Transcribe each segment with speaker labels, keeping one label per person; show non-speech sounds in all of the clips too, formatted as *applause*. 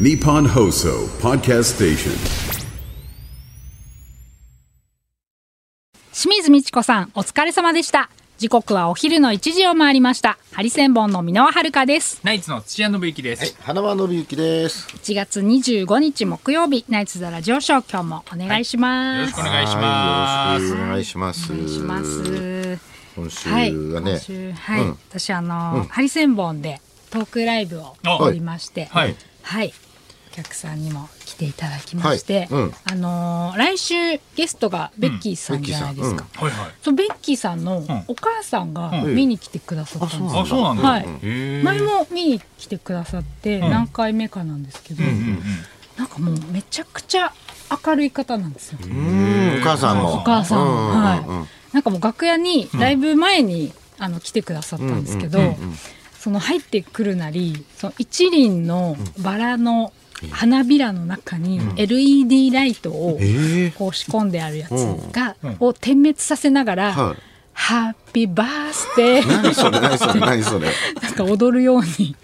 Speaker 1: Nippon Hoso Podcast Station.
Speaker 2: 清水美智子さんお疲れ様でした時刻はお昼の1時を回りましたハリセンボンの箕輪遥です
Speaker 3: ナイツの土屋信之です、
Speaker 4: 花輪信之です。
Speaker 2: 1月25日木曜日ナイツザラジオショー今日もお願いし
Speaker 3: よ
Speaker 2: ま
Speaker 3: ろし
Speaker 2: す、
Speaker 3: くお願いします
Speaker 4: はいよろしくお願いします。
Speaker 2: お願いします
Speaker 4: 今週
Speaker 2: はい
Speaker 4: はね、
Speaker 2: 今週はい、私あの、ハリセンボンでトークライブを
Speaker 3: あ
Speaker 2: おりまして
Speaker 3: はい
Speaker 2: はい、お客さんにも来ていただきまして、
Speaker 4: はいうん
Speaker 2: あのー来週ゲストがベッキーさんじゃないですか、
Speaker 3: はいはい
Speaker 2: そうベッキーさんのお母さんが見に来てくださったんですよ、
Speaker 3: あそうなんだ、
Speaker 2: はい
Speaker 3: へー
Speaker 2: 前も見に来てくださって何回目かなんですけど、なんかもうめちゃくちゃ明るい方なんですよ、
Speaker 4: うんお母さんも、
Speaker 2: お母さん、
Speaker 4: うんうんうんうん
Speaker 2: はいなんかもう楽屋にライブ前に、あの来てくださったんですけど、その入ってくるなりその一輪のバラの花びらの中に LED ライトをこう仕込んであるやつが、を点滅させながら「
Speaker 4: はい
Speaker 2: ハッピーバースデー」
Speaker 4: 何それ何それ何それ。
Speaker 2: なんか踊るように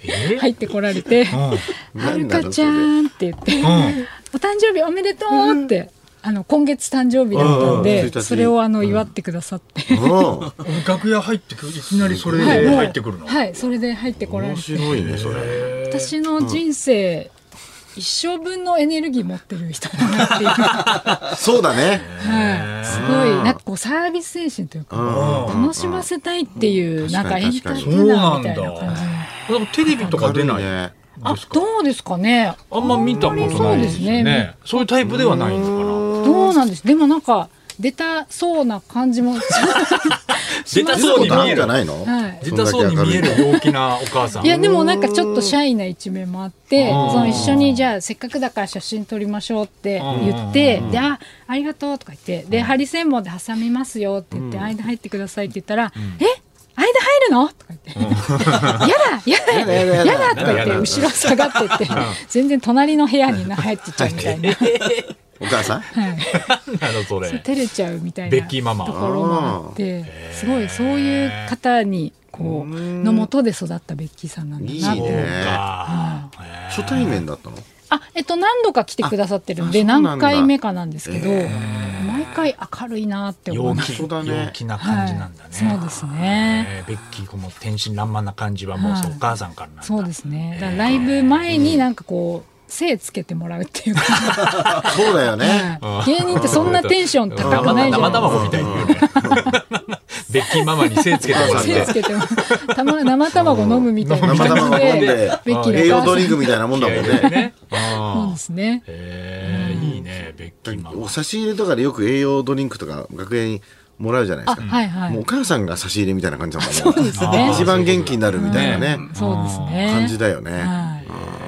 Speaker 2: 入ってこられて「はるかちゃん」って言って「お誕生日おめでとう」って。あの今月誕生日だったん
Speaker 4: うんう
Speaker 2: で
Speaker 4: ん1日
Speaker 2: それをあの祝ってくださって、
Speaker 4: うん
Speaker 3: 楽屋入ってくるいきなりそれで
Speaker 2: はいもう
Speaker 3: 入ってくるの、
Speaker 2: はいそれで入ってこられ
Speaker 4: 面
Speaker 2: て
Speaker 4: 白いねそれ。
Speaker 2: 私の人生、一生分のエネルギー持ってる人だなっていう、は
Speaker 4: そうだね。
Speaker 2: い、すごいなんかこうサービス精神という
Speaker 4: う
Speaker 2: か
Speaker 4: ん
Speaker 2: 楽しませたいっていう、なんか
Speaker 4: 確
Speaker 2: エ
Speaker 4: か
Speaker 2: ン
Speaker 4: に
Speaker 2: ター
Speaker 4: 確かに
Speaker 2: テイナーみたいな感じ
Speaker 3: そうなんだテレビとか出ない、
Speaker 4: 明るね。
Speaker 2: あどうですかね
Speaker 3: あんま見たことない
Speaker 2: そうですね
Speaker 3: そういうタイプではないのかな
Speaker 2: どうなんです。でもなんか出たそうな感 *laughs* じも。
Speaker 3: 出たそうに
Speaker 4: な
Speaker 3: 見え
Speaker 4: んじ
Speaker 3: る
Speaker 4: ゃないの？
Speaker 2: はい
Speaker 3: 出たそうに見える陽気なお母さん
Speaker 2: いやでもなんかちょっとシャイな一面もあって、その一緒にじゃあせっかくだから写真撮りましょうって言って、であありがとうとか言って、でハリセンボンで挟みますよって言って間入ってくださいって言ったら、え間入るのとか言って、やだやだやだとか言って後ろ下がってって、全然隣の部屋に入ってっちゃうみたいな、
Speaker 4: お母さん？
Speaker 3: なのそれ
Speaker 2: 照れちゃうみたい
Speaker 3: ベ
Speaker 2: な
Speaker 3: ッキ
Speaker 2: と
Speaker 3: ー
Speaker 2: こ
Speaker 3: ママ
Speaker 2: ろもあってすごいそういう方にこうのもとで育ったベッキーさんなんだ
Speaker 4: い
Speaker 2: なっ
Speaker 4: い
Speaker 2: て
Speaker 4: ね。
Speaker 3: あ
Speaker 4: 初対面だったの？
Speaker 2: あえっと何度か来てくださってるんで
Speaker 4: あそうなんだ
Speaker 2: 何回目かなんですけど毎回明るいなって
Speaker 3: ー
Speaker 2: 思
Speaker 3: 陽
Speaker 2: います
Speaker 3: 気
Speaker 4: 本当だね
Speaker 3: 陽気な感じなんだね、
Speaker 2: そうですね
Speaker 3: えーベッキーこの天真爛漫な感じはもうそう
Speaker 2: はい
Speaker 3: お母さんからなんだ
Speaker 2: そうですねだからライブ前になんかこう精つけてもらうっていうか
Speaker 4: そうだよね。
Speaker 2: はい芸人ってそんなテンション高く
Speaker 3: 生
Speaker 2: ないじゃな
Speaker 3: 生
Speaker 2: いですか
Speaker 3: 卵みたいに言う
Speaker 2: *laughs*
Speaker 3: ね。ベッキーママに精つけてもらっ
Speaker 2: 手
Speaker 3: て
Speaker 2: つ。けてもたま生卵飲むみたいな
Speaker 4: 生
Speaker 2: 感じ
Speaker 4: 卵飲んで
Speaker 2: でベッキー
Speaker 4: 栄
Speaker 2: のお
Speaker 4: 養ド
Speaker 2: 母
Speaker 4: リン
Speaker 2: さ
Speaker 4: ク
Speaker 2: ん
Speaker 4: みたいなもんだもんね。
Speaker 3: ね。
Speaker 2: そう
Speaker 3: *laughs* あ
Speaker 2: ですね
Speaker 3: ーへーいいね、ベッキーママ
Speaker 4: お。差し入れとかでよく栄養ドリンクとか楽屋にもらうじゃないですか。
Speaker 2: あはいはい
Speaker 4: もうお母さんが差し入れみたいな感じだもん
Speaker 2: *laughs*
Speaker 4: ね。
Speaker 2: そうですね
Speaker 4: 一番元気になるみたいなね。
Speaker 2: そうですね
Speaker 4: 感じだよね。
Speaker 2: はい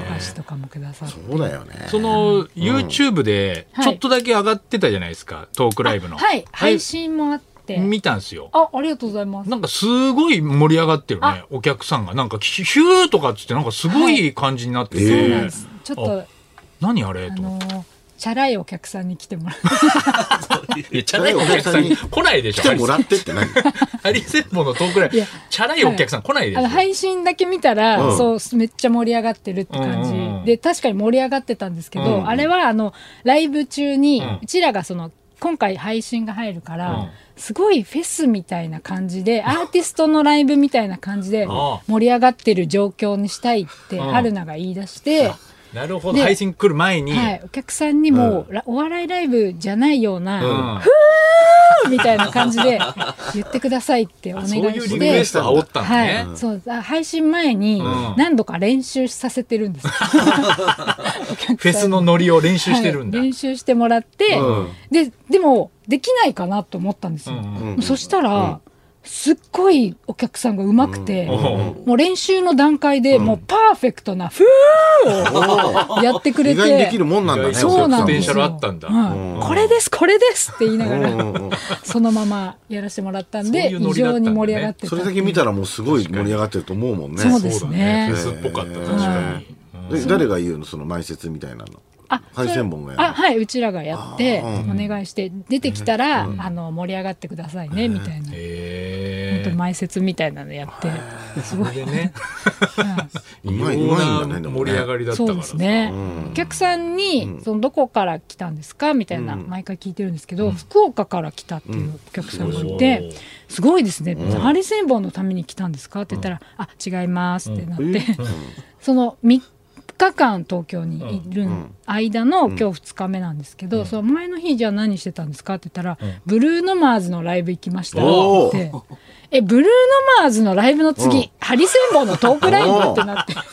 Speaker 2: お菓子とかもくださって
Speaker 4: そうだよね。
Speaker 3: その、YouTube で、
Speaker 2: はい
Speaker 3: ちょっとだけ上がってたじゃないですか、トークライブの。
Speaker 2: はい
Speaker 3: あれ
Speaker 2: 配信もあって
Speaker 3: 見たんすよ。
Speaker 2: あありがとうございます
Speaker 3: なんかすごい盛り上がってるね、お客さんが。なんか、ヒューとかっつって、なんかすごい感じになって
Speaker 4: はい
Speaker 2: そう
Speaker 3: て。
Speaker 2: なんですちょっと
Speaker 3: 何あれ
Speaker 2: あ
Speaker 3: と思っ
Speaker 2: のーチャラいお客さんに来てもらう
Speaker 3: て。いや、チャラいお客さん
Speaker 4: お客さん
Speaker 3: 来ないでしょ、
Speaker 4: 来
Speaker 3: ハ
Speaker 4: て
Speaker 3: リ
Speaker 4: も
Speaker 3: セ
Speaker 4: らってっ
Speaker 2: *laughs*
Speaker 4: て何
Speaker 3: ハリセンボンのトークライ
Speaker 2: い
Speaker 3: ブ
Speaker 2: や。
Speaker 3: チャラいお客さん来ないでし
Speaker 2: あ
Speaker 3: ょ
Speaker 2: の。配信だけ見たら、
Speaker 4: うん
Speaker 2: そうめっちゃ盛り上がってるって感じ、
Speaker 3: うんうんうん
Speaker 2: で確かに盛り上がってたんですけど、
Speaker 3: うん
Speaker 2: あれはあのライブ中に、
Speaker 3: う
Speaker 2: うんちらがその今回配信が入るから、
Speaker 3: うん
Speaker 2: すごいフェスみたいな感じでアーティストのライブみたいな感じで
Speaker 3: ああ
Speaker 2: 盛り上がってる状況にしたいって
Speaker 3: うん
Speaker 2: 春菜が言い出して。
Speaker 3: なるほど。
Speaker 2: で
Speaker 3: 配信来る前に。
Speaker 2: はい、お客さんにも、らお笑いライブじゃないような、
Speaker 3: うん
Speaker 2: みたいな感じで言ってくださいってお願い
Speaker 3: そういう
Speaker 2: し
Speaker 3: リクエ
Speaker 2: て
Speaker 3: ス。ト煽ったの
Speaker 2: はい
Speaker 3: ね。、
Speaker 2: そうあ配信前に
Speaker 3: ん
Speaker 2: 何度か練習させてるん
Speaker 3: *laughs*
Speaker 2: です、お客さんに
Speaker 3: フェスのノリを練習してるんだ。
Speaker 2: はい練習してもらって、ででもできないかなと思ったんですよ、そしたら、すっごいお客さんが上手くて、もう練習の段階でもうパーフェクトな「ふー」
Speaker 3: *laughs*
Speaker 2: をやってくれ
Speaker 4: 意
Speaker 2: て
Speaker 4: 外にできるもんなんだね。
Speaker 2: そうなんです
Speaker 3: ポテンシャ
Speaker 2: よ
Speaker 3: ルあったんだ
Speaker 2: はいこれですこれですって言いなが
Speaker 4: お客さん
Speaker 2: ら
Speaker 4: もうんうんうん
Speaker 2: そのままやらせてもらったんで
Speaker 3: そういうノ
Speaker 2: 非
Speaker 3: リだった
Speaker 2: 常
Speaker 3: んだね
Speaker 2: に盛り上がってた
Speaker 4: それだけ見たらもうすごい盛り上がってると思うもんね。
Speaker 2: そうです
Speaker 3: そうだね。
Speaker 2: ね
Speaker 3: フェスっぽかった、確かに。うん
Speaker 4: で誰が言うのその前説みたいなの。
Speaker 2: あ
Speaker 4: ハリセンボンがやる
Speaker 2: あはい、うちらがやって、お願いして、出てきたら、あの、盛り上がってくださいね、みたいな。
Speaker 3: へ
Speaker 2: で前説みたいなのやって、す *laughs* ごい、
Speaker 3: でね、異
Speaker 4: うまい
Speaker 3: 様
Speaker 4: うまいんだねでもね
Speaker 3: 盛り上がりだった
Speaker 2: そ
Speaker 3: か
Speaker 2: う
Speaker 3: ら
Speaker 2: で
Speaker 3: さ
Speaker 2: すね、
Speaker 4: うん
Speaker 2: お客さんに、そのどこから来たんですかみたいな、
Speaker 4: うん
Speaker 2: 毎回聞いてるんですけど、福岡から来たっていうお客さんがいて、
Speaker 3: うん
Speaker 2: すごいですね、ハリセンボンのために来たんですかって言ったら、あ違いますってなって、
Speaker 4: うんえ
Speaker 2: その3日間東京にいる間の今日2日目なんですけど、その前の日じゃあ何してたんですかって言ったら、ブルーノマーズのライブ行きましたって言って。え、ブルーノマーズのライブの次、ハリセンボンのトークライブってなって、どんなテ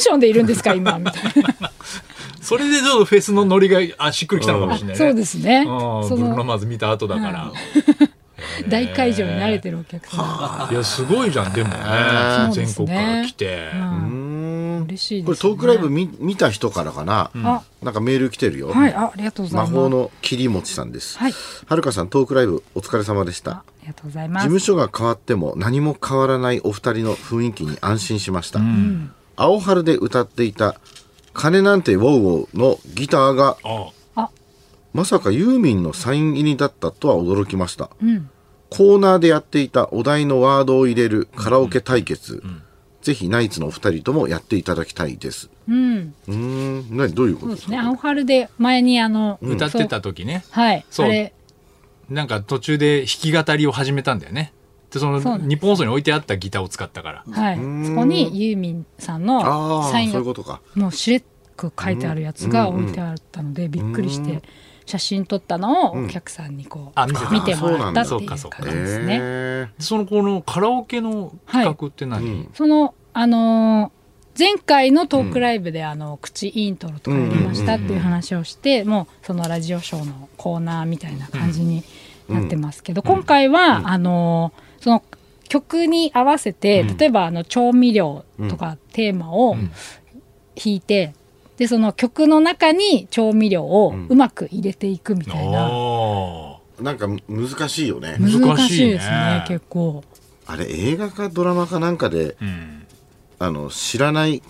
Speaker 2: ンションでいるんですか、今、みたいな。
Speaker 3: それでちょっとフェスのノリがあしっくりきたのかもしれない、ね
Speaker 2: そうですね。
Speaker 3: うん
Speaker 2: そ
Speaker 3: ブルーノ
Speaker 2: の
Speaker 3: マーズ見た後だから、
Speaker 2: 大会場に慣れてるお客さ
Speaker 3: いやすごいじゃんでもね
Speaker 2: そうで
Speaker 3: 全
Speaker 2: す
Speaker 3: 国
Speaker 2: ね
Speaker 3: から来て、
Speaker 2: ん。う
Speaker 4: うんん
Speaker 2: 嬉しい
Speaker 4: こ
Speaker 2: で
Speaker 4: れ
Speaker 2: す、ね。
Speaker 4: トークライブ見見た人からかな、
Speaker 2: あ、
Speaker 4: なんかメール来てるよ、
Speaker 2: はい、あありがとうござい
Speaker 4: 魔
Speaker 2: ます。
Speaker 4: 法の切餅さんです、
Speaker 2: はい
Speaker 4: はるかさんトークライブお疲れ様でし
Speaker 2: あ
Speaker 4: た
Speaker 2: ありがとうござい
Speaker 4: 事
Speaker 2: ます。
Speaker 4: 務所が変わっても何も変わらないお二人の雰囲気に安心しました、青春で歌っていた「金なんてウォウウォウ」のギターが
Speaker 3: あ
Speaker 4: まさかユーミンのサイン入りだったとは驚きました、
Speaker 2: ん
Speaker 4: コーナーでやっていたお題のワードを入れるカラオケ対決、ぜひナイツのお二人ともやっていただきたいです
Speaker 2: うん、
Speaker 4: うーん何どういうこ
Speaker 2: そう
Speaker 4: と
Speaker 2: ですね。青春で前にあの、
Speaker 3: 歌って
Speaker 2: そう
Speaker 3: た時ね
Speaker 2: はい、
Speaker 3: そ
Speaker 2: あ
Speaker 3: う
Speaker 2: れ、
Speaker 3: なんか途中で弾き語りを始めたんだよねでその
Speaker 2: そうなんです
Speaker 3: 日本放送に置いてあったギターを使ったから
Speaker 2: はい、
Speaker 4: ん
Speaker 2: そこにユーミンさん
Speaker 4: あ
Speaker 2: の
Speaker 4: あ
Speaker 2: サ
Speaker 4: そう
Speaker 2: イン
Speaker 4: い
Speaker 2: が
Speaker 4: うことか
Speaker 2: もうしれっく書いてあるやつが置いてあったのでびっくりして写真撮ったのをお客さんにこう
Speaker 3: あ見せた
Speaker 2: 見てもらったって
Speaker 3: そう
Speaker 2: いう
Speaker 3: か
Speaker 2: 感
Speaker 3: そうか
Speaker 2: じです
Speaker 4: へ
Speaker 2: ね。
Speaker 4: え
Speaker 3: そのこのカラオケの企画って何、
Speaker 2: そのあのー前回のトークライブであの口イントロとかやりましたっていう話をしてもうそのラジオショーのコーナーみたいな感じになってますけど今回はあのーその曲に合わせて例えばあの調味料とかテーマを弾いて、でその曲の中に調味料をうまく入れていくみたいな、
Speaker 3: あ
Speaker 4: なんか難しいよね、
Speaker 3: ん
Speaker 2: 難しいですね
Speaker 3: 難しいね
Speaker 2: 結構
Speaker 4: あれ映画かドラマかなんかで、
Speaker 3: ーうん
Speaker 4: あの知らない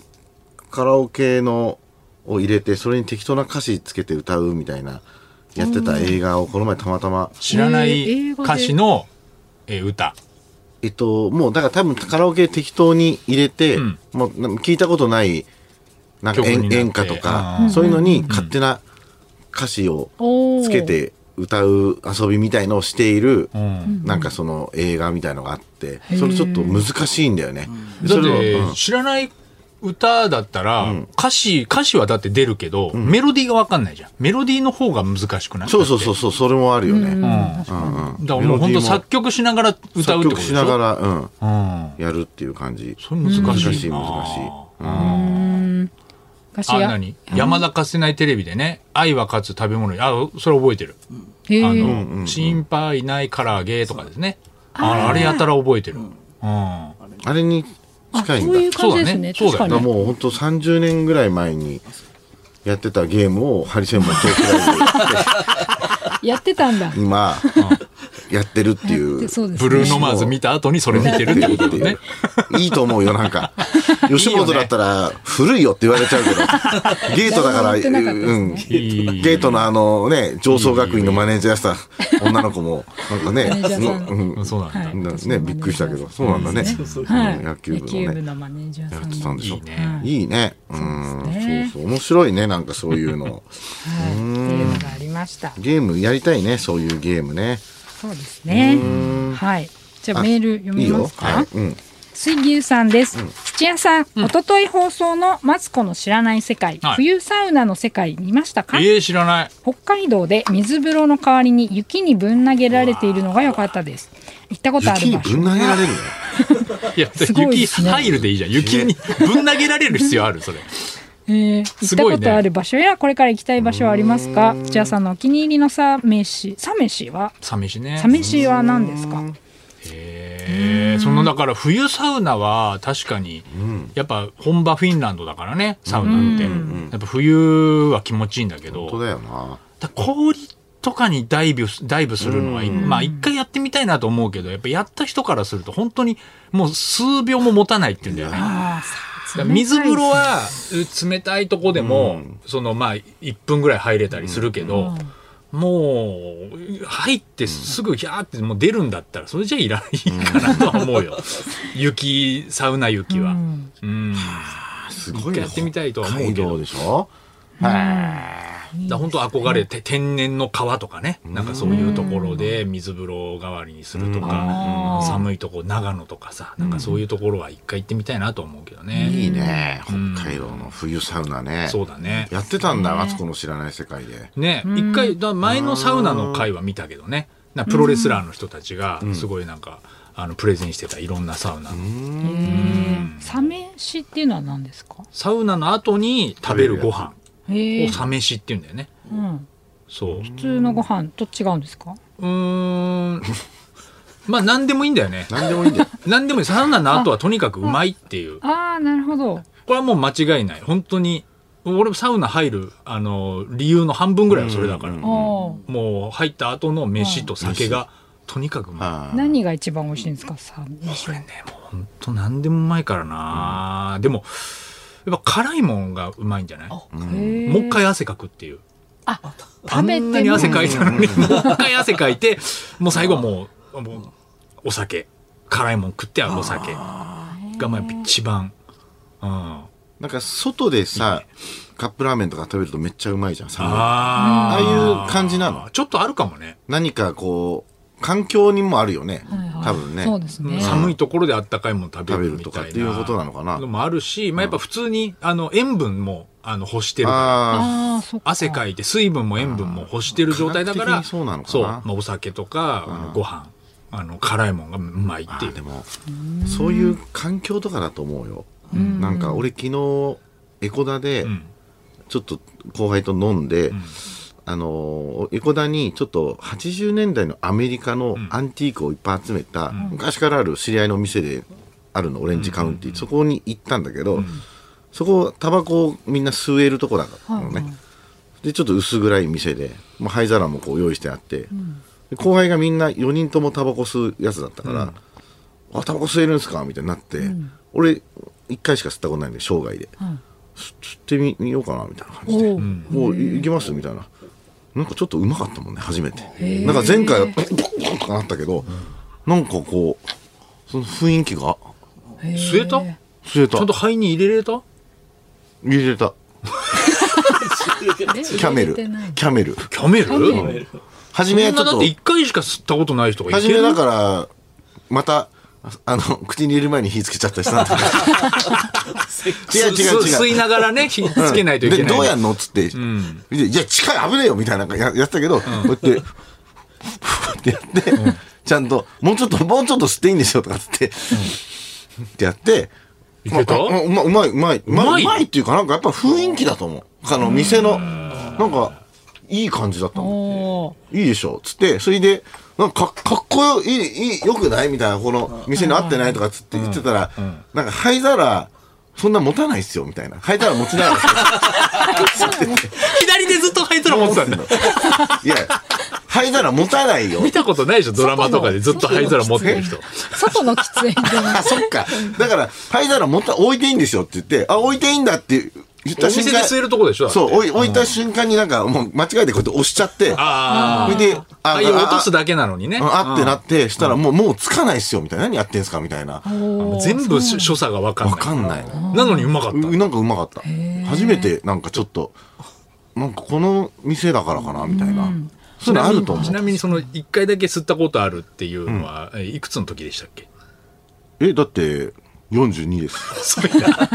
Speaker 4: カラオケのを入れてそれに適当な歌詞つけて歌うみたいなやってた映画をこの前たまたま
Speaker 3: 知らな
Speaker 2: えー
Speaker 3: い
Speaker 2: 英語で
Speaker 3: 歌詞の、えー歌
Speaker 4: えっともうだから多分カラオケ適当に入れて、
Speaker 3: ん
Speaker 4: もうなんか聞いたことないなんか
Speaker 3: 曲にな
Speaker 4: 演
Speaker 3: って
Speaker 4: 演歌と
Speaker 3: う
Speaker 4: か
Speaker 3: ん
Speaker 4: そういうのに勝手な歌詞を
Speaker 2: おー
Speaker 4: つけて歌う遊びみたいのをしている、
Speaker 3: ん
Speaker 4: なんかその映画みたいのがあってそれちょっと難しいんだよね。
Speaker 3: だ
Speaker 4: そ
Speaker 3: っ
Speaker 4: れを
Speaker 3: て
Speaker 4: うん
Speaker 3: 知らない歌だったら、歌詞歌詞はだって出るけど、メロディーが分かんないじゃんメロディーの方が難しくない
Speaker 4: そうそう
Speaker 3: う
Speaker 4: そうそうそれもあるよね。
Speaker 3: だからもう本当作曲しながら歌うってこと
Speaker 4: 作
Speaker 3: で
Speaker 4: 曲
Speaker 3: しょ
Speaker 4: しながら、うん、
Speaker 3: うん
Speaker 4: やるっていう感じ。
Speaker 3: それ難しいな
Speaker 4: 難しい難しい
Speaker 2: 昔
Speaker 3: あ
Speaker 2: や
Speaker 3: 何山田かせないテレビでね「愛は勝つ食べ物に」あそれ覚えてる
Speaker 2: へ
Speaker 3: 「あ
Speaker 2: ー
Speaker 3: の心配ない唐揚げ」とかですねああれやたら覚えてるうん
Speaker 4: あれに
Speaker 2: あそ
Speaker 4: 近
Speaker 2: う
Speaker 4: いんだ。
Speaker 2: い
Speaker 4: だ
Speaker 2: う感じですね
Speaker 3: そ
Speaker 2: 確
Speaker 3: うだね
Speaker 2: か
Speaker 4: から
Speaker 2: に
Speaker 4: もう本当三十年ぐらい前にやってたゲームをハリセンボントークライブ
Speaker 2: やってたんだ
Speaker 4: で今やってるっていう。
Speaker 2: そうですね
Speaker 3: ブルーノマーズ見た後にそれ見てるってことだ
Speaker 4: *laughs*
Speaker 3: ね
Speaker 4: いいと思うよな
Speaker 2: *laughs*
Speaker 4: んか吉本だったら古いよって言われちゃうけどゲートだか
Speaker 2: 誰も言
Speaker 4: ら
Speaker 2: ってなかったです
Speaker 4: うん
Speaker 2: ね
Speaker 4: ゲートのあのね上層学院のマネージャーさん女の子もなんかね
Speaker 2: マネージャーさん
Speaker 4: うん
Speaker 3: うんそうなんだ、
Speaker 2: はい
Speaker 4: なんか
Speaker 2: 私
Speaker 4: ね、
Speaker 2: のマネージャー
Speaker 4: びっくりしたけど、そうなんだね。
Speaker 2: は
Speaker 4: う
Speaker 2: い
Speaker 4: ん野球部の
Speaker 2: 野
Speaker 4: ね、
Speaker 2: のマネージャー
Speaker 4: や
Speaker 2: さん
Speaker 4: ってたんでしょ。
Speaker 3: いいね
Speaker 4: いいね。うん、
Speaker 2: そうですね
Speaker 4: そうそう、面白いね、なんかそういうの。
Speaker 2: はいっていうのがありました
Speaker 4: ゲームやりたいね、そういうゲームね。
Speaker 2: そうですねはいじゃあメール読
Speaker 4: いい
Speaker 2: みま
Speaker 4: よ。
Speaker 2: すか
Speaker 4: はい、うん、
Speaker 2: 水牛さんです、土屋さん、一昨日放送の「マツコの知らない世界」
Speaker 3: はい
Speaker 2: 冬サウナの世界見ましたか、
Speaker 3: ええ知らない
Speaker 2: 北海道で水風呂の代わりに雪にぶん投げられているのが良かったです行ったことある
Speaker 4: 雪
Speaker 2: 場所
Speaker 4: にぶん投げられるの。
Speaker 3: いや、
Speaker 2: すごいで
Speaker 3: 雪
Speaker 2: すね
Speaker 3: 入るでいいじゃん。雪にぶん投げられる必要ある、それ。
Speaker 2: えー行
Speaker 3: す
Speaker 2: った
Speaker 3: ごいね
Speaker 2: ことある場所やこれから行きたい場所はありますか土屋さんのお気に入りのサメシサメシは
Speaker 3: サメシね。
Speaker 2: サメシは何ですか
Speaker 3: へえそのだから冬サウナは確かに、やっぱ本場フィンランドだからね、サウナって。やっぱ冬は気持ちいいんだけど、
Speaker 4: 本当だよな。
Speaker 3: だから氷とかにダイブすダイブするのは、まあ一回やってみたいなと思うけど、やっぱやった人からすると本当にもう数秒も持たないっていうんだよね。
Speaker 2: あ
Speaker 3: だから水風呂はう冷たいとこでも、そのまあ1分ぐらい入れたりするけど、もう入ってすぐギャーってもう出るんだったらそれじゃいらないかなとは思うよ雪サウナ雪は、うん
Speaker 4: す
Speaker 3: 一
Speaker 4: ご
Speaker 3: 回
Speaker 4: いね
Speaker 3: やってみたいとは
Speaker 4: 北
Speaker 3: 思う
Speaker 4: 海
Speaker 3: けど
Speaker 4: 道でしょ
Speaker 3: だ本当憧れて天然の川とかねなんかそういうところで水風呂代わりにするとか
Speaker 2: うん
Speaker 3: 寒いとこ長野とかさなんかそういうところは一回行ってみたいなと思うけどね、
Speaker 4: いいね北海道の冬サウナね
Speaker 3: そうだね
Speaker 4: やってたんだマツコの知らない世界で
Speaker 3: ね一回だ前のサウナの回は見たけどねなプロレスラーの人たちがすごいなんか、あのプレゼンしてたいろんなサウナ、
Speaker 2: サメシっていうのは何ですか
Speaker 3: サウナの後に食べるご飯
Speaker 2: へえ
Speaker 3: を、サ飯っていうんだよね
Speaker 2: うん、
Speaker 3: そう
Speaker 2: 普通のご飯と違うんですか
Speaker 3: うーん *laughs* まあ何でもいいんだよね
Speaker 4: 何でもいいんだよ
Speaker 3: 何でもいいサウナの後はとにかくうまいっていう
Speaker 2: ああなるほど
Speaker 3: これはもう間違いない本当に俺もサウナ入るあの理由の半分ぐらいはそれだから、
Speaker 2: あー
Speaker 3: もう入った後の飯と酒が、とにかくうまい
Speaker 4: ああ
Speaker 2: 何が一番美味しいんですかサメシは
Speaker 3: ねもうほんと何でもうまいからな、でもやっぱ辛いもんがうまいんじゃないも
Speaker 2: へえ
Speaker 3: う一回汗かくっていう
Speaker 2: あ
Speaker 3: あ
Speaker 2: 食べて
Speaker 3: んなに汗かいたのにもう一回汗かいてもう最後はもうもうお酒辛いもん食ってはお酒がまあ一番うんあ
Speaker 4: なんか外でさカップラーメンとか食べるとめっちゃうまいじゃんサウナ
Speaker 3: あ
Speaker 4: ああいう感じなの
Speaker 3: ちょっとあるかもね
Speaker 4: 何かこう環境にもあるよね、
Speaker 2: はいはい
Speaker 4: 多分ね
Speaker 2: そうですね
Speaker 3: 寒いところであったかいもの食べ
Speaker 4: 食べ
Speaker 3: る
Speaker 4: る
Speaker 3: み
Speaker 4: と
Speaker 3: たい
Speaker 4: か
Speaker 3: な
Speaker 4: っていうことなのかな
Speaker 3: のもあるし、まあ、やっぱ普通にあの塩分もあの欲してるから
Speaker 2: あ
Speaker 4: あ
Speaker 2: あそっか
Speaker 3: 汗かいて水分も塩分も欲してる状態だか
Speaker 4: 科
Speaker 3: ら
Speaker 4: 学的にそうなのかな
Speaker 3: まあ、お酒とかあのご飯あの辛いもんがうまいって
Speaker 4: あ
Speaker 3: い
Speaker 4: で
Speaker 3: う
Speaker 4: もそういう環境とかだと思うよ、なんか俺昨日エコダで
Speaker 3: ん
Speaker 4: ちょっと後輩と飲んで、あのーエコダにちょっと80年代のアメリカのアンティークをいっぱい集めた、昔からある知り合いの店であるのオレンジカウンティー、そこに行ったんだけど、そこタバコをみんな吸えるとこだったのね、でちょっと薄暗い店で、まあ、灰皿もこう用意してあって、で後輩がみんな4人ともタバコ吸うやつだったから「あタバコ吸えるんですか?」みたいになって、俺1回しか吸ったことないんで生涯で、吸吸ってみみようかなみたいな感じで
Speaker 2: おう
Speaker 4: 「もういいきます?」みたいななんかちょっとうまかったもんね初めてなんか前回はポンポンとかなったけど、なんかこうその雰囲気が
Speaker 3: 吸えた
Speaker 4: 吸えた
Speaker 3: ちゃんと肺に入れれた
Speaker 4: 入れた
Speaker 2: え
Speaker 4: キャメ
Speaker 2: 入れ
Speaker 4: ルキ
Speaker 2: てない
Speaker 4: ャメル
Speaker 3: キャメル
Speaker 4: 初
Speaker 3: そ
Speaker 4: め
Speaker 3: ん
Speaker 4: はち
Speaker 3: な
Speaker 4: ょっ
Speaker 3: だっ
Speaker 4: と
Speaker 3: て一回しか吸ったことない人がい
Speaker 4: 初
Speaker 3: け
Speaker 4: め
Speaker 3: る
Speaker 4: だからまたあの口に入れる前に火つけちゃったりしたんだけいや違う
Speaker 3: *laughs* すす吸
Speaker 4: 違
Speaker 3: いうながらね火つけないといけない
Speaker 4: でどうやんのっつって、でいや近い危ねえよみたいなのややってたけど、こうやってふふってやって、ちゃんともうちょっともうちょっと吸っていいんですよとかっつって、ってやって
Speaker 3: いけた
Speaker 4: まあうまうまいうまいうまいう
Speaker 3: ま
Speaker 4: ま
Speaker 3: い
Speaker 4: いうまいっていうかなんかやっぱ雰囲気だと思うあの店のなんかいい感じだったの
Speaker 2: おー
Speaker 4: いいでしょつって、それで、なんかかかっこよいい、いい、よくないみたいな、この店に合ってないとかつって言ってたら、なんか灰皿、そんな持たないっすよ、みたいな。灰皿持ちながら。 *laughs*
Speaker 3: 左でずっと吐いてる思ってたんだ
Speaker 4: いや、灰皿持たないよ
Speaker 3: 見。たことないでしょドラマとかでずっと灰皿持ってる人
Speaker 2: 外の喫煙所
Speaker 4: あ、そっか。だから、灰皿持た、置いていいんですよって言って、あ、置いていいんだって言っ
Speaker 3: お
Speaker 4: た瞬
Speaker 3: 店で
Speaker 4: 間、
Speaker 3: 吸えるとこでしょだって
Speaker 4: そう、置い置いた瞬間になんか、もう間違えてこうやって押しちゃって、
Speaker 3: あ
Speaker 4: それで、
Speaker 3: あああいう落とすだけなのにね
Speaker 4: ああってなって、したらもう、もうつかないっすよ、みたいな。何やってんすかみたいな。
Speaker 3: 全部し所作が分かんない
Speaker 4: わかんないの。
Speaker 3: なのにうまかった
Speaker 4: うなんかうまかった初めてなんかちょっとなんかこの店だからかなみたいな、そういうのあると思
Speaker 3: ちな
Speaker 4: う
Speaker 3: みにその1回だけ吸ったことあるっていうのは、えいくつの時でしたっけ
Speaker 4: えだって42で
Speaker 3: 遅
Speaker 4: す
Speaker 3: いな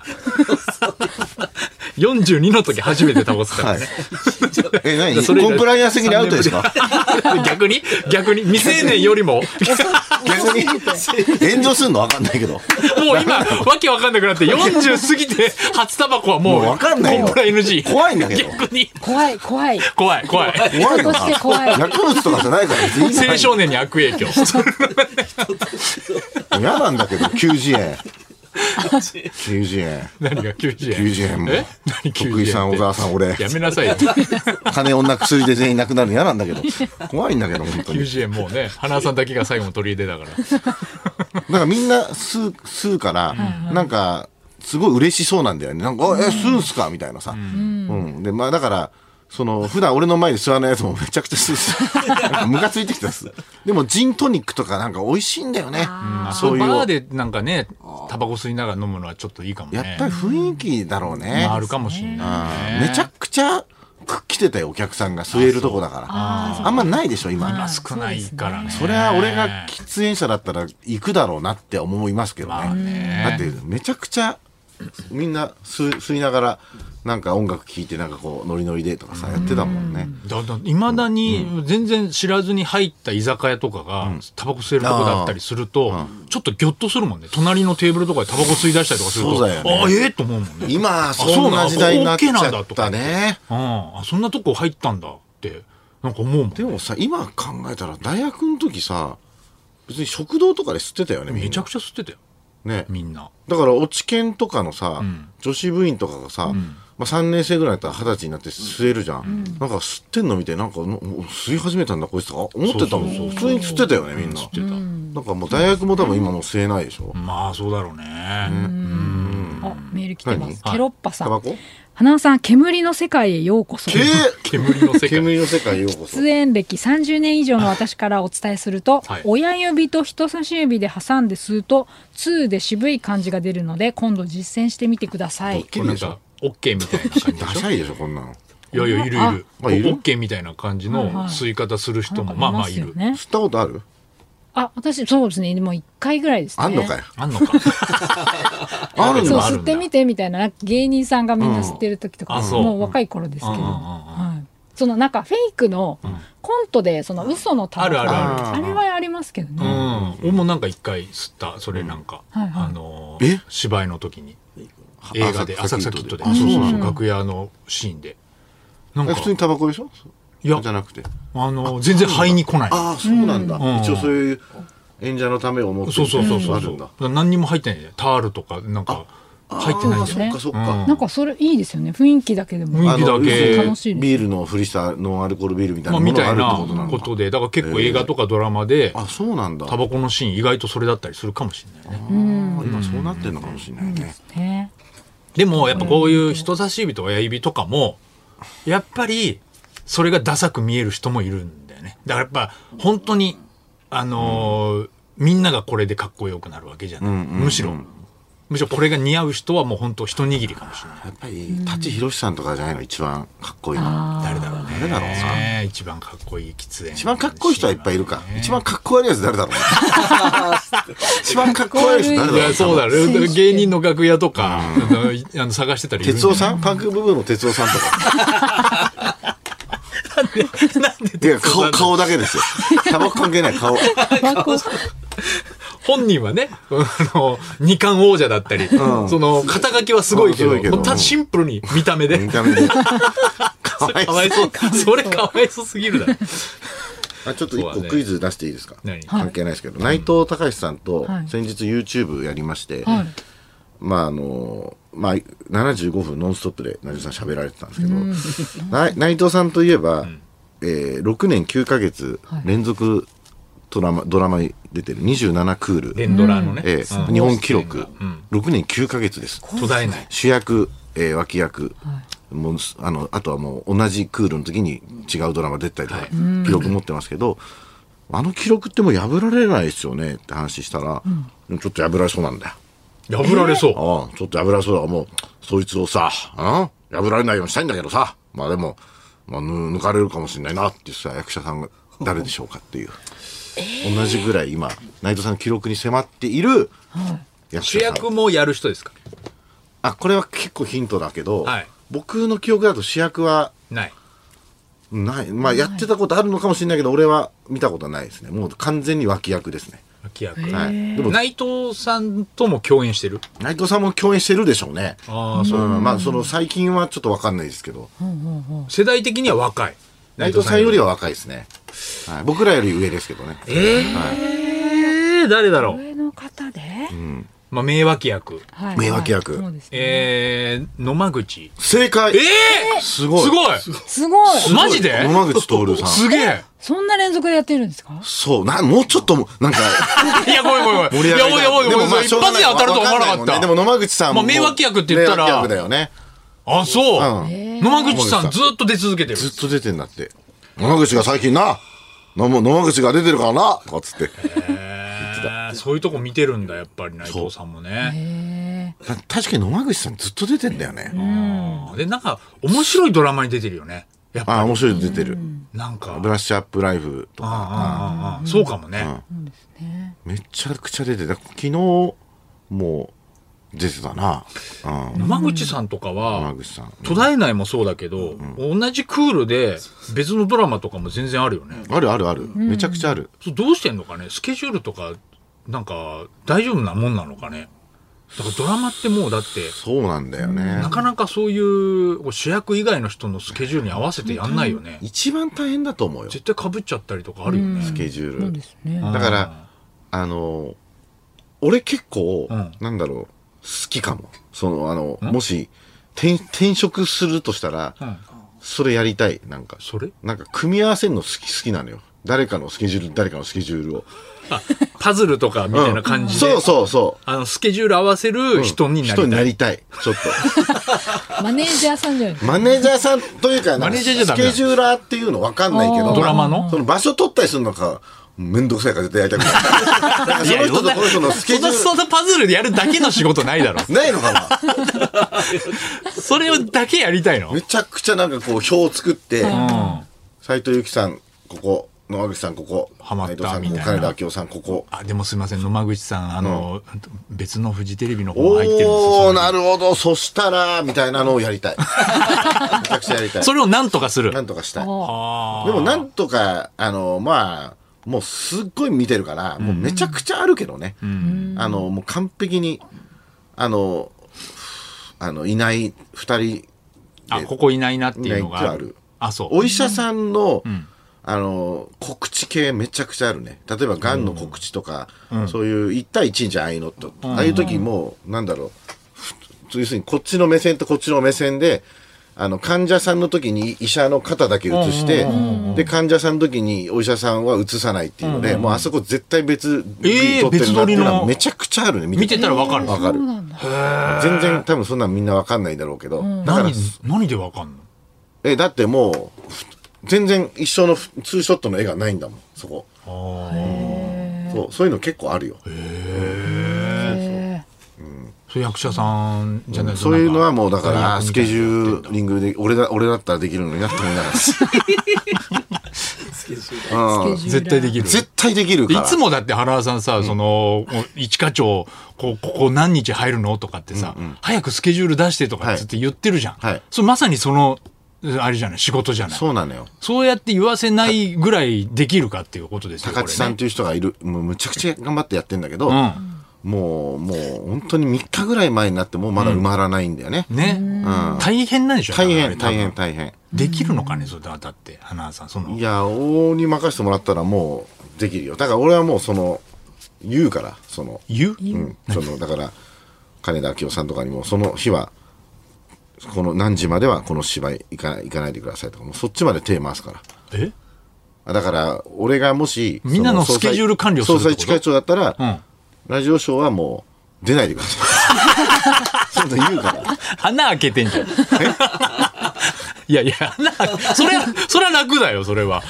Speaker 4: *laughs*
Speaker 3: 遅いな42の時初めてタバコ吸ったか
Speaker 4: は
Speaker 3: ら
Speaker 4: い
Speaker 3: ね、
Speaker 4: え
Speaker 3: じ
Speaker 4: *laughs*
Speaker 3: ゃ
Speaker 4: 何
Speaker 3: あそれ以
Speaker 4: コ
Speaker 3: 来
Speaker 4: ンプライアンス的にアウトですか
Speaker 3: 逆に *laughs* 逆に未成年より
Speaker 4: *laughs*
Speaker 3: ももう
Speaker 4: 逆に炎上するの分かんないけど
Speaker 3: 今わけわかんなくなって40過ぎて初タバコはもう
Speaker 4: もうわかんないよ
Speaker 3: コンプラ NG
Speaker 4: 怖いんだけど
Speaker 3: 逆に
Speaker 2: 怖い怖い
Speaker 3: 怖い怖い
Speaker 4: 怖いの
Speaker 2: 人として怖い
Speaker 4: な薬物とかじゃないから別にいいじゃな
Speaker 3: 青
Speaker 4: い
Speaker 3: 少年に悪影
Speaker 4: *laughs*
Speaker 3: 響
Speaker 4: 嫌なんだけど90円90円
Speaker 3: *laughs* 何が90円
Speaker 4: 90円も
Speaker 3: え何90円
Speaker 4: 徳井さん
Speaker 3: って
Speaker 4: 小沢さん俺
Speaker 3: やめなさいよ
Speaker 4: 金女薬で全員なくなるの嫌なんだ *laughs* けど怖いんだけど本当に
Speaker 3: 90円もう
Speaker 4: *laughs*
Speaker 3: ね花さんだけが最後の取り入れだから
Speaker 4: なんかみんな吸う吸うから、なんかすごい嬉しそうなんだよね。なんか、あえ、吸うんすかみたいなさ。うん。で、まあだから、その、普段俺の前に座らないやつも *laughs* めちゃくちゃするし、 *laughs* なんかムカついてきたっす。でもジントニックとかなんか美味しいんだよね。 *laughs* そうい
Speaker 3: バー
Speaker 4: う。
Speaker 3: でなんかねタバコ吸いながら飲むのはちょっといいかもね
Speaker 4: やっぱり雰囲気だろうね
Speaker 3: まあ。あるかもしれないね
Speaker 4: めちゃくちゃく来てたよ、お客さんが吸えるとこだから。あんまないでしょ、今。
Speaker 3: 少ないからね
Speaker 4: それは俺が喫煙者だったら行くだろうなって思いますけど
Speaker 3: まあね
Speaker 4: ね。だってめちゃくちゃみんな吸吸いながらなんか音楽聴いてなんかこうノリノリでとかさやってたもんね。
Speaker 3: だだいまだに全然知らずに入った居酒屋とかがタバコ吸えるとこだったりするとちょっとギョッとするもんね隣のテーブルとかでタバコ吸い出したりとかすると
Speaker 4: そうだよね
Speaker 3: ああええと思うもんね
Speaker 4: 今
Speaker 3: そ
Speaker 4: そ
Speaker 3: うんな
Speaker 4: なん時代になっち
Speaker 3: ここ OK
Speaker 4: ゃ
Speaker 3: なんだ
Speaker 4: っ
Speaker 3: とか
Speaker 4: たね。
Speaker 3: ああそんなとこ入ったんだってなんか思うもん
Speaker 4: でもさ今考えたら大学の時さ別に食堂とかで吸ってたよねみんな
Speaker 3: めちゃくちゃ吸ってたよ
Speaker 4: ね
Speaker 3: みんな
Speaker 4: だから落ち研とかのさ、女子部員とかがさ、まあ、3年生ぐらいだったら二十歳になって吸えるじゃん、なんか吸ってんのみたいなんかの吸い始めたんだこいつとか思ってたもん
Speaker 3: そうそうそう
Speaker 4: 普通に吸ってたよねみんな、なんかもう大学も多分今もう吸えないでしょ、
Speaker 3: まあそうだろうね
Speaker 2: あメール来てます
Speaker 3: 何
Speaker 2: ケロッパさ
Speaker 4: タバ
Speaker 2: ん
Speaker 4: コ
Speaker 2: 花尾さん煙の世界へようこそ
Speaker 4: け
Speaker 3: 煙の世界
Speaker 4: 煙の世界へようこそ
Speaker 2: 出演歴30年以上の私からお伝えすると、
Speaker 3: はい
Speaker 2: 親指と人差し指で挟んで吸うと2で渋い感じが出るので今度実践してみてください
Speaker 4: ドッキリ
Speaker 3: なん
Speaker 4: でしょ
Speaker 3: かオッケーみたいな感じで
Speaker 4: ダ
Speaker 3: しょ
Speaker 4: サいでしょこんなの
Speaker 3: いやいやいるいるオ
Speaker 4: あいる
Speaker 3: ッケーみたいな感じの吸い方する人もまあまあい
Speaker 2: な
Speaker 3: る
Speaker 2: んかますよね
Speaker 4: 吸ったことある
Speaker 2: あ私そうですねでも1回ぐらいですね
Speaker 4: あんのかい
Speaker 3: あんのか
Speaker 4: あるん
Speaker 2: そう
Speaker 4: だ
Speaker 3: ある
Speaker 2: 吸
Speaker 3: ん
Speaker 2: っ
Speaker 3: だ
Speaker 2: てみてみたいななんか芸人さんがみんな吸ってる時と
Speaker 3: うん
Speaker 2: か、
Speaker 3: あそう
Speaker 2: もう若い頃ですけど、
Speaker 3: うんうんうんうん
Speaker 2: はい、そのなんかフェイクのコントでその嘘のタバコ
Speaker 3: あるあ
Speaker 4: るある
Speaker 2: あれはありますけどね、
Speaker 3: うん俺もなんか一回吸ったそれなんか
Speaker 2: はいはい
Speaker 3: あの
Speaker 4: え
Speaker 3: ー芝居の時に映画で浅草キットで
Speaker 4: あ
Speaker 3: そう
Speaker 4: そう
Speaker 3: そう
Speaker 4: な
Speaker 3: そ
Speaker 4: の
Speaker 3: う楽屋のシーンでなん
Speaker 4: え
Speaker 3: か
Speaker 4: 普通にタバコでしょ
Speaker 3: いや
Speaker 4: じゃなくて
Speaker 3: あのー全然肺に来ない
Speaker 4: ああそうなんだ、
Speaker 3: ん
Speaker 4: 一応そういう演者のためを思って
Speaker 3: そうそうそうそ
Speaker 4: あ
Speaker 3: う
Speaker 4: る
Speaker 3: そうんだ
Speaker 4: だ
Speaker 3: から何にも入ってないねタールとかなんか入ってないんだよ
Speaker 4: あ
Speaker 2: ね
Speaker 4: ーそっかそっか、
Speaker 3: うん
Speaker 2: なんかそれいいですよね雰囲気だけでも、
Speaker 3: 雰囲気
Speaker 4: あの
Speaker 3: だけ
Speaker 2: 楽しいです
Speaker 4: ビールのふりしたノンアルコールビールみた
Speaker 3: ま
Speaker 4: いな
Speaker 3: あ
Speaker 4: も
Speaker 3: み
Speaker 4: の
Speaker 3: た
Speaker 4: があ
Speaker 3: い
Speaker 4: るってことな
Speaker 3: なん
Speaker 4: だ、
Speaker 3: ことでだから結構映画とかドラマで
Speaker 4: あそうなんだ
Speaker 3: タバコのシーン意外とそれだったりするかもしれないね
Speaker 4: あー今そうなってるのかもしれないね、
Speaker 2: ね
Speaker 3: でもやっぱこういう人差し指と親指とかもやっぱりそれがダサく見える人もいるんだよねだからやっぱ本当にあのーみんながこれでかっこよくなるわけじゃない、むしろむしろこれが似合う人はもう本当一握りかもしれない
Speaker 4: やっぱり舘ひろしさんとかじゃないの一番かっこいいの
Speaker 3: 誰だろうね
Speaker 4: 誰だろうな
Speaker 3: ね一番かっこいい喫煙
Speaker 4: 一番かっこいい人はいっぱいいるか一番かっこ悪いやつ
Speaker 3: *laughs*
Speaker 4: 誰だろうな一番かっこ悪い人誰
Speaker 3: い
Speaker 4: だろう
Speaker 3: や
Speaker 4: な
Speaker 3: そうだねだ
Speaker 4: *laughs*
Speaker 3: から芸人の楽屋とか、あのあの探してたりいるんだ
Speaker 4: 哲
Speaker 3: よ
Speaker 4: 夫さんパンク部分の哲夫さんとか。なんでいや、顔、顔だけですよ。タバコ関係ない、顔。
Speaker 2: タバコ
Speaker 3: *laughs* 本人はね、あの、二冠王者だったり、その、肩書きはすごいけ
Speaker 4: すご
Speaker 3: ど、
Speaker 4: いけど
Speaker 3: もうただシンプルに見た目で
Speaker 4: 見。た目で。
Speaker 3: それかわいそう。それかわいそうすぎるだろ。
Speaker 4: あちょっと一
Speaker 3: そう
Speaker 4: 個
Speaker 3: だね
Speaker 4: クイズ出していいですか、
Speaker 3: 何
Speaker 4: 関係ないですけど、内藤隆さんと
Speaker 2: はい
Speaker 4: 先日 YouTube やりまして、
Speaker 2: はい
Speaker 4: まああのまあ、75分ノンストップで内藤さん喋られてたんですけど、 *laughs* な内藤さんといえば、えー6年9ヶ月連続ドラマ,、ドラマに出てる27クール、
Speaker 3: 連ドラのね。
Speaker 4: えー
Speaker 3: うん
Speaker 4: 日本記録、
Speaker 3: うん
Speaker 4: 6年9ヶ月です
Speaker 3: 途絶えない。
Speaker 4: 主役、えー脇役、もうすあのあとはもう同じクールの時に違うドラマ出たりとか、
Speaker 3: はい
Speaker 4: 記録持ってますけど、あの記録ってもう破られないですよねって話したら、ちょっと破られそうなんだよ。
Speaker 3: 破られそう。
Speaker 4: ああ、ちょっと破られそうだからもう、そいつをさ、ああ破られないようにしたいんだけどさ、まあでも、まあ、ぬ抜かれるかもしれないなってさ、役者さんが誰でしょうかっていう。同じぐらい今、内藤さんの記録に迫っている役
Speaker 3: 主
Speaker 4: 者さん
Speaker 3: 役もやる人ですか
Speaker 4: あこれは結構ヒントだけど、
Speaker 3: はい
Speaker 4: 僕の記憶だと主役は
Speaker 3: ない。
Speaker 4: ないまあやってたことあるのかもしれないけど、俺は見たことはないですねもう完全に脇役ですね、
Speaker 3: 脇役。
Speaker 4: はい、でも
Speaker 3: 内藤さんとも共演してる。
Speaker 4: 内藤さんも共演してるでしょうね
Speaker 3: ああ、
Speaker 4: う
Speaker 3: そう。
Speaker 4: んまあその最近はちょっとわかんないですけど、
Speaker 3: 世代的には若い。
Speaker 4: 内藤さんよりは若いですね、はい、僕らより上ですけどね
Speaker 3: ええ、誰だろう。
Speaker 2: 上の方で、
Speaker 3: まあ、名脇役。
Speaker 2: はい
Speaker 4: 名脇役
Speaker 2: はいそうですね
Speaker 3: えー、野間口。
Speaker 4: 正解
Speaker 3: ええ
Speaker 4: すごい
Speaker 3: すごい
Speaker 2: すごい
Speaker 3: マジで
Speaker 4: 野間口徹さん
Speaker 3: すげえ
Speaker 2: そんな連続でやってるんですか
Speaker 4: そうなもうちょっともなんか
Speaker 3: いや、ごめんごめんごめん。い
Speaker 4: 盛り上
Speaker 3: や、
Speaker 4: が
Speaker 3: お
Speaker 4: り
Speaker 3: い
Speaker 4: が
Speaker 3: おいおい、
Speaker 4: でもまあ
Speaker 3: 一発で当たると思わなか
Speaker 4: しょうがいも
Speaker 3: っ
Speaker 4: んね
Speaker 3: た。
Speaker 4: でも野間口さんも
Speaker 3: まあ名脇役って言ったら
Speaker 4: 名脇役だよね
Speaker 3: あ、そう。
Speaker 4: うん
Speaker 2: え
Speaker 3: 野間口さんずっと出続けてる。
Speaker 4: ずっと出てんだって。野間口が最近な、野間野間口が出てるからな、とかっつって。
Speaker 3: へーそういうとこ見てるんだ、やっぱり内藤さんもね。
Speaker 4: た確かに野間口さんずっと出てんだよね。
Speaker 3: で、なんか、面白いドラマに出てるよね。やっぱ、
Speaker 4: ああ、面白いの出てる。
Speaker 3: なんか
Speaker 4: ブ、ラッシュアップライフとか、
Speaker 3: ああそうかもね。
Speaker 4: めちゃくちゃ出てた。昨日も出てたな。うん。
Speaker 3: 野間口さんとか
Speaker 4: 野間
Speaker 3: は、
Speaker 4: 口さん。
Speaker 3: 途絶えないもそうだけど、同じクールで別のドラマとかも全然あるよね。
Speaker 4: あるあるある。めちゃくちゃある。
Speaker 3: そうどうしてんのかねスケジュールとか、なんか、大丈夫なもんなのかねだからドラマってもうだって、
Speaker 4: そうなんだよね
Speaker 3: な。かなかそういう主役以外の人のスケジュールに合わせてやんないよね。
Speaker 4: 一番大変だと思うよ。ス
Speaker 3: 絶対被っちゃったりとかあるよね。
Speaker 4: ケジュ
Speaker 2: そう
Speaker 4: ー
Speaker 2: で
Speaker 4: ル。
Speaker 2: すね。
Speaker 4: だから、あの、俺結構、
Speaker 3: うん
Speaker 4: なんだろう、好きかも。その、あの、もし、転転職するとしたら、
Speaker 3: うん
Speaker 4: それやりたい。なんか、
Speaker 3: それ
Speaker 4: なんか組み合わせるの好き、好きなのよ。誰かのスケジュール、誰かのスケジュールを。
Speaker 3: あパズルとかみたいな感じで、
Speaker 4: そうそうそ
Speaker 3: あのスケジュール合わせる
Speaker 4: う。
Speaker 3: 人になり
Speaker 4: 人に
Speaker 3: た。
Speaker 4: ないりたい。ちょっ
Speaker 2: マネージャーさんじゃないです
Speaker 4: と。マネージャーさんというか、なん
Speaker 3: マ
Speaker 4: か
Speaker 3: ネージャーじゃ
Speaker 4: ス
Speaker 3: ダメ
Speaker 4: ケ
Speaker 3: なの
Speaker 4: ジューラーっていうのわかんないけ
Speaker 2: あ
Speaker 4: ど、
Speaker 2: ー
Speaker 3: ドラマの
Speaker 4: その場所取ったりするのか、めんどくさいから絶対やりたく
Speaker 3: *laughs*
Speaker 4: ない。なんかその人とこの人のスケジュー
Speaker 3: そんなそんなパズルでやるだけの仕事ないだ
Speaker 4: *laughs*
Speaker 3: ろ。
Speaker 4: ル、ないのかな
Speaker 3: それをだけやりたいの。
Speaker 4: めちゃくちゃなんかこう表を作って
Speaker 3: ん
Speaker 4: 斎藤由貴さんここ野間口さんここ
Speaker 3: ハマった
Speaker 4: 内藤さんここ
Speaker 3: みたいな
Speaker 4: 金田明夫さんここ
Speaker 3: あでもすいません野間口さんあの、別のフジテレビの方も入
Speaker 4: お
Speaker 3: ってるんですよ
Speaker 4: おー
Speaker 3: それ
Speaker 4: なるほどそしたらみたいなのをやり
Speaker 3: *laughs*
Speaker 4: たいめちゃくちゃやりたい
Speaker 3: それをなんとかする
Speaker 4: なんとかしたい
Speaker 2: か。
Speaker 3: あ
Speaker 4: でもなんとかあのまあもうすっごい見てるからもうめちゃくちゃあるけどね、あのもう完璧にあのあのいない2人
Speaker 3: あここいないなっていうのが
Speaker 4: いないってある
Speaker 3: あそう
Speaker 4: お医者さんの、あの告知系めちゃくちゃあるね例えばがんの告知とか、そういう1対1じゃんああいうのと、ああいう時もなんだろうふ要するにこっちの目線とこっちの目線であの患者さんの時に医者の肩だけ写して、で患者さんの時にお医者さんは写さないっていうので、もうあそこ絶対別
Speaker 3: えー
Speaker 4: 撮ってるなっていうの
Speaker 3: 別撮り
Speaker 4: は
Speaker 3: の
Speaker 4: めちゃくちゃあるね
Speaker 3: 見てたらわかる
Speaker 4: わかる
Speaker 2: そうなんだ。
Speaker 4: 全然多分そんなんみんなわかんないだろうけど、だから
Speaker 3: 何何でわかんの
Speaker 4: えだってもうふ全然一緒のふツーショットの絵がないんだもんそこそうそういうの結構あるよ
Speaker 3: そう役者さんじゃない
Speaker 4: そういうのはもうだか
Speaker 3: なん
Speaker 4: らスケジ
Speaker 3: 大
Speaker 4: ュ
Speaker 3: 学みたいなのやってんだ
Speaker 4: ーリングで俺だ俺だったらできるのになって思いながら
Speaker 2: スケジュー
Speaker 3: 絶
Speaker 2: ラー
Speaker 3: 対できる
Speaker 4: 絶対できるか
Speaker 3: い
Speaker 4: ら
Speaker 3: つもだって原田さんさ、その、一課長、こう、ここ何日入るのとかってさ、早くスケジュール出してとかっつって言ってるじゃん。
Speaker 4: はい
Speaker 3: それまさにその、あれじゃない、仕事じゃない。そう
Speaker 4: そうなのよ
Speaker 3: やって言わせないぐらいできるかっていうことですよ
Speaker 4: 高知さんっ
Speaker 3: こ
Speaker 4: ていう人がいるもうむちゃくちゃ頑張ってやってんだけど、
Speaker 3: れね
Speaker 4: もうもう本当に3日ぐらい前になってもまだ埋まらないんだよね、
Speaker 3: うん。ね、大変なんでしょ
Speaker 4: 大
Speaker 3: あれ
Speaker 4: 変
Speaker 3: 多分
Speaker 4: 大変大変
Speaker 3: できるのかね、それだって、花田さん。その
Speaker 4: い、や王に任せてもらったらもうできるよだから俺はもうその言うからその
Speaker 3: 言う、
Speaker 4: うん、そのだから金田明夫さんとかにもその日はこの何時まではこの芝居行かない行かないでくださいとかもうそっちまで手回すから
Speaker 3: え
Speaker 4: あだから俺がもし
Speaker 3: みんなの
Speaker 4: そ
Speaker 3: スケジュール管理をするって
Speaker 4: 総
Speaker 3: こと
Speaker 4: 裁総裁一課長だったら、
Speaker 3: ん
Speaker 4: ラジオショーはもう出ないでください *laughs* そういうの言うから
Speaker 3: 穴開けてんじゃん。 *laughs* いやいや、穴開けそれは、それは楽だよ、それ
Speaker 4: *laughs*
Speaker 3: は。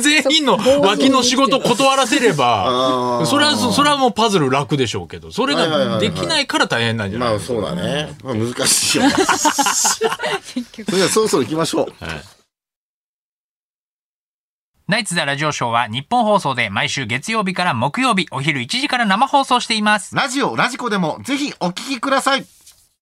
Speaker 3: 全員の脇の仕事断らせれば、それは、それはもうパズル楽でしょうけど、それ
Speaker 4: はいはいはいは
Speaker 3: が
Speaker 4: い
Speaker 3: できないから大変なんじゃない
Speaker 4: まあそうだね、まあ、難しいよ
Speaker 2: *laughs*
Speaker 4: ね
Speaker 2: 結局
Speaker 4: それではそろそろ行きましょう
Speaker 5: ナイツザラジオショーは日本放送で毎週月曜日から木曜日お昼1時から生放送しています。
Speaker 4: ラジオラジコでもぜひお聞きください